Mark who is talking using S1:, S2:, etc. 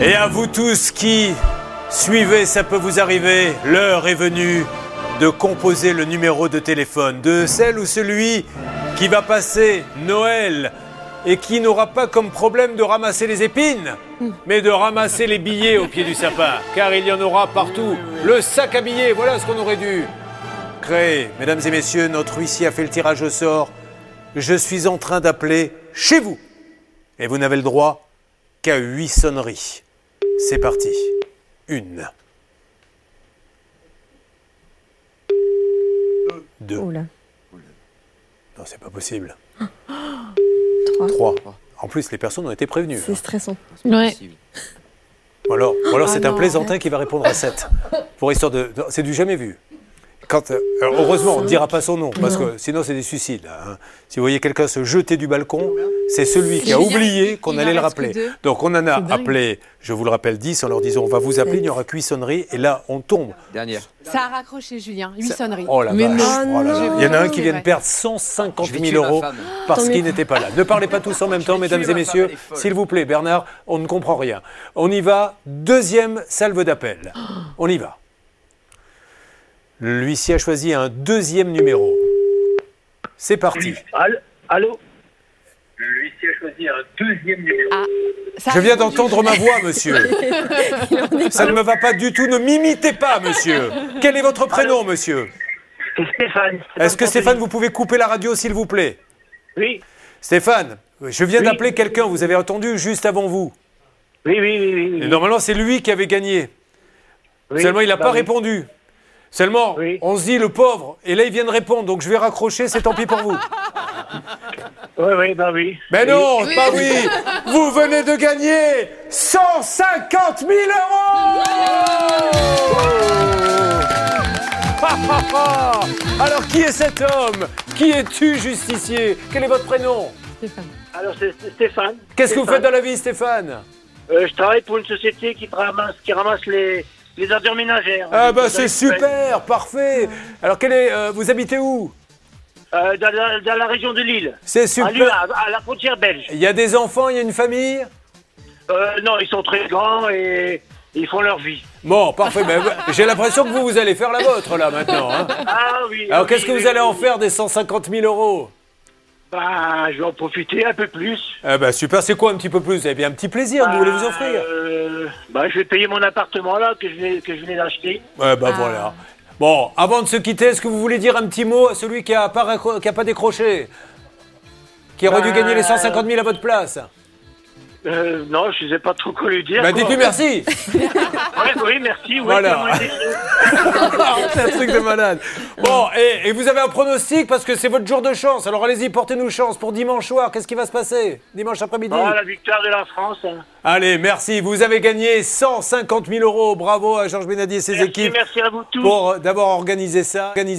S1: Et à vous tous qui suivez, ça peut vous arriver, l'heure est venue de composer le numéro de téléphone de celle ou celui qui va passer Noël et qui n'aura pas comme problème de ramasser les épines, mais de ramasser les billets au pied du sapin, car il y en aura partout. Le sac à billets, voilà ce qu'on aurait dû créer. Mesdames et messieurs, notre huissier a fait le tirage au sort. Je suis en train d'appeler chez vous. Et vous n'avez le droit qu'à huit sonneries. C'est parti. Une. Deux.
S2: Oula.
S1: Non, c'est pas possible.
S2: Trois.
S1: Trois. En plus, les personnes ont été prévenues. hein.
S2: C'est stressant.
S3: Ouais.
S1: Ou alors, ou alors
S2: Ah
S1: c'est un
S2: non,
S1: plaisantin qui va répondre à 7. Pour histoire de. non, C'est du jamais vu. Quand, euh, alors,
S3: Ah,
S1: heureusement, on ne dira pas son nom, parce que sinon c'est des suicides. hein. Si vous voyez quelqu'un se jeter du balcon, c'est celui qui a
S3: Julien,
S1: oublié qu'on
S3: il
S1: allait
S3: en
S1: le
S3: reste que
S1: rappeler.
S3: deux.
S1: Donc on en a
S2: dingue.
S1: appelé, je vous le rappelle, 10 en leur disant on va vous appeler, il n'y aura qu'huit sonneries, et là on tombe.
S4: Dernière.
S3: Ça a raccroché Julien, huit sonneries.
S1: Oh la
S3: Mais
S1: vache.
S3: non. Ah
S1: oh là là.
S3: non.
S1: Il y en a un
S3: C'est
S1: qui vient de
S3: vrai.
S1: perdre 150
S4: Je vais
S1: 000
S4: tuer ma
S1: euros
S4: femme.
S1: parce qu'il n'était pas là. Ne parlez pas tous en même
S4: Je
S1: temps,
S4: vais
S1: mesdames
S4: tuer
S1: et
S4: ma
S1: messieurs.
S4: femme, elle est folle.
S1: S'il vous plaît, Bernard, on ne comprend rien. On y va. Deuxième salve d'appel. On y va. L'huissier a choisi un deuxième numéro. C'est parti.
S5: Allô, allô Ah,
S3: Ça a
S1: Je viens
S3: répondu.
S1: d'entendre ma voix, monsieur. Ça ne me va pas du tout. Ne m'imitez pas, monsieur. Quel est votre prénom, monsieur
S5: C'est Stéphane.
S1: Est-ce que Stéphane, vous pouvez couper la radio, s'il vous plaît
S5: Oui,
S1: Stéphane, je viens
S5: Oui.
S1: d'appeler quelqu'un, vous avez entendu juste avant vous.
S5: oui, oui, oui. oui,
S1: Et normalement, c'est lui qui avait gagné.
S5: oui.
S1: Seulement, il n'a
S5: Bah
S1: pas
S5: oui.
S1: répondu. Seulement,
S5: Oui.
S1: on se dit le pauvre, et là, il vient de répondre, donc je vais raccrocher, c'est tant pis pour vous.
S5: Oui, oui, bah oui.
S1: Mais non, pas oui Vous venez de gagner 150 000 euros Ah, ah, ah Alors, qui est cet homme Qui es-tu, justicier Quel est votre prénom
S5: Alors, c'est c'est Stéphane.
S1: Qu'est-ce que vous faites
S5: Stéphane.
S1: dans la vie, Stéphane
S5: Euh, Je travaille pour une société qui ramasse, qui ramasse les, les ordures ménagères. Euh,
S1: Ah bah
S5: Dans
S1: c'est
S5: les semaines.
S1: super, parfait. Alors quel est, euh, vous habitez où
S5: Euh, dans, la, dans la région de Lille.
S1: C'est
S5: À, Lille,
S1: super.
S5: à- à la frontière belge.
S1: Il y a des enfants, il y a une famille.
S5: Euh, non, ils sont très grands et ils font leur vie.
S1: Bon, parfait. Ben, J'ai l'impression que vous vous allez faire la vôtre là maintenant. hein.
S5: Ah oui.
S1: Alors
S5: oui,
S1: qu'est-ce que
S5: oui,
S1: vous allez en
S5: oui.
S1: faire des 150 000 euros
S5: Bah, je vais en profiter un peu plus.
S1: Eh ben super. C'est quoi un petit peu plus Vous avez bien un petit plaisir. Vous voulez vous offrir
S5: Euh, Bah, je vais payer mon appartement là que je venais, que je venais d'acheter.
S1: Ouais, ben voilà. Bon, avant de se quitter, est-ce que vous voulez dire un petit mot à celui qui a pas, raccro- qui a pas décroché, qui aurait dû
S5: Ben-
S1: gagner les 150 000 à votre place
S5: Euh, non, je ne sais pas trop quoi lui dire.
S1: Ben
S5: quoi.
S1: dites-lui merci.
S5: Ouais, oui, merci. oui,
S1: Voilà.
S5: comment il est-
S1: C'est un truc de malade. Bon, et, et vous avez un pronostic parce que c'est votre jour de chance. Alors allez-y, portez-nous chance pour dimanche soir. Qu'est-ce qui va se passer dimanche après-midi
S5: Ah, la victoire de la France. hein.
S1: Allez, merci. Vous avez gagné 150 000 euros. Bravo à Georges Benadi et ses
S5: Merci,
S1: équipes
S5: merci à vous tous.
S1: pour euh, d'avoir organisé ça. organisé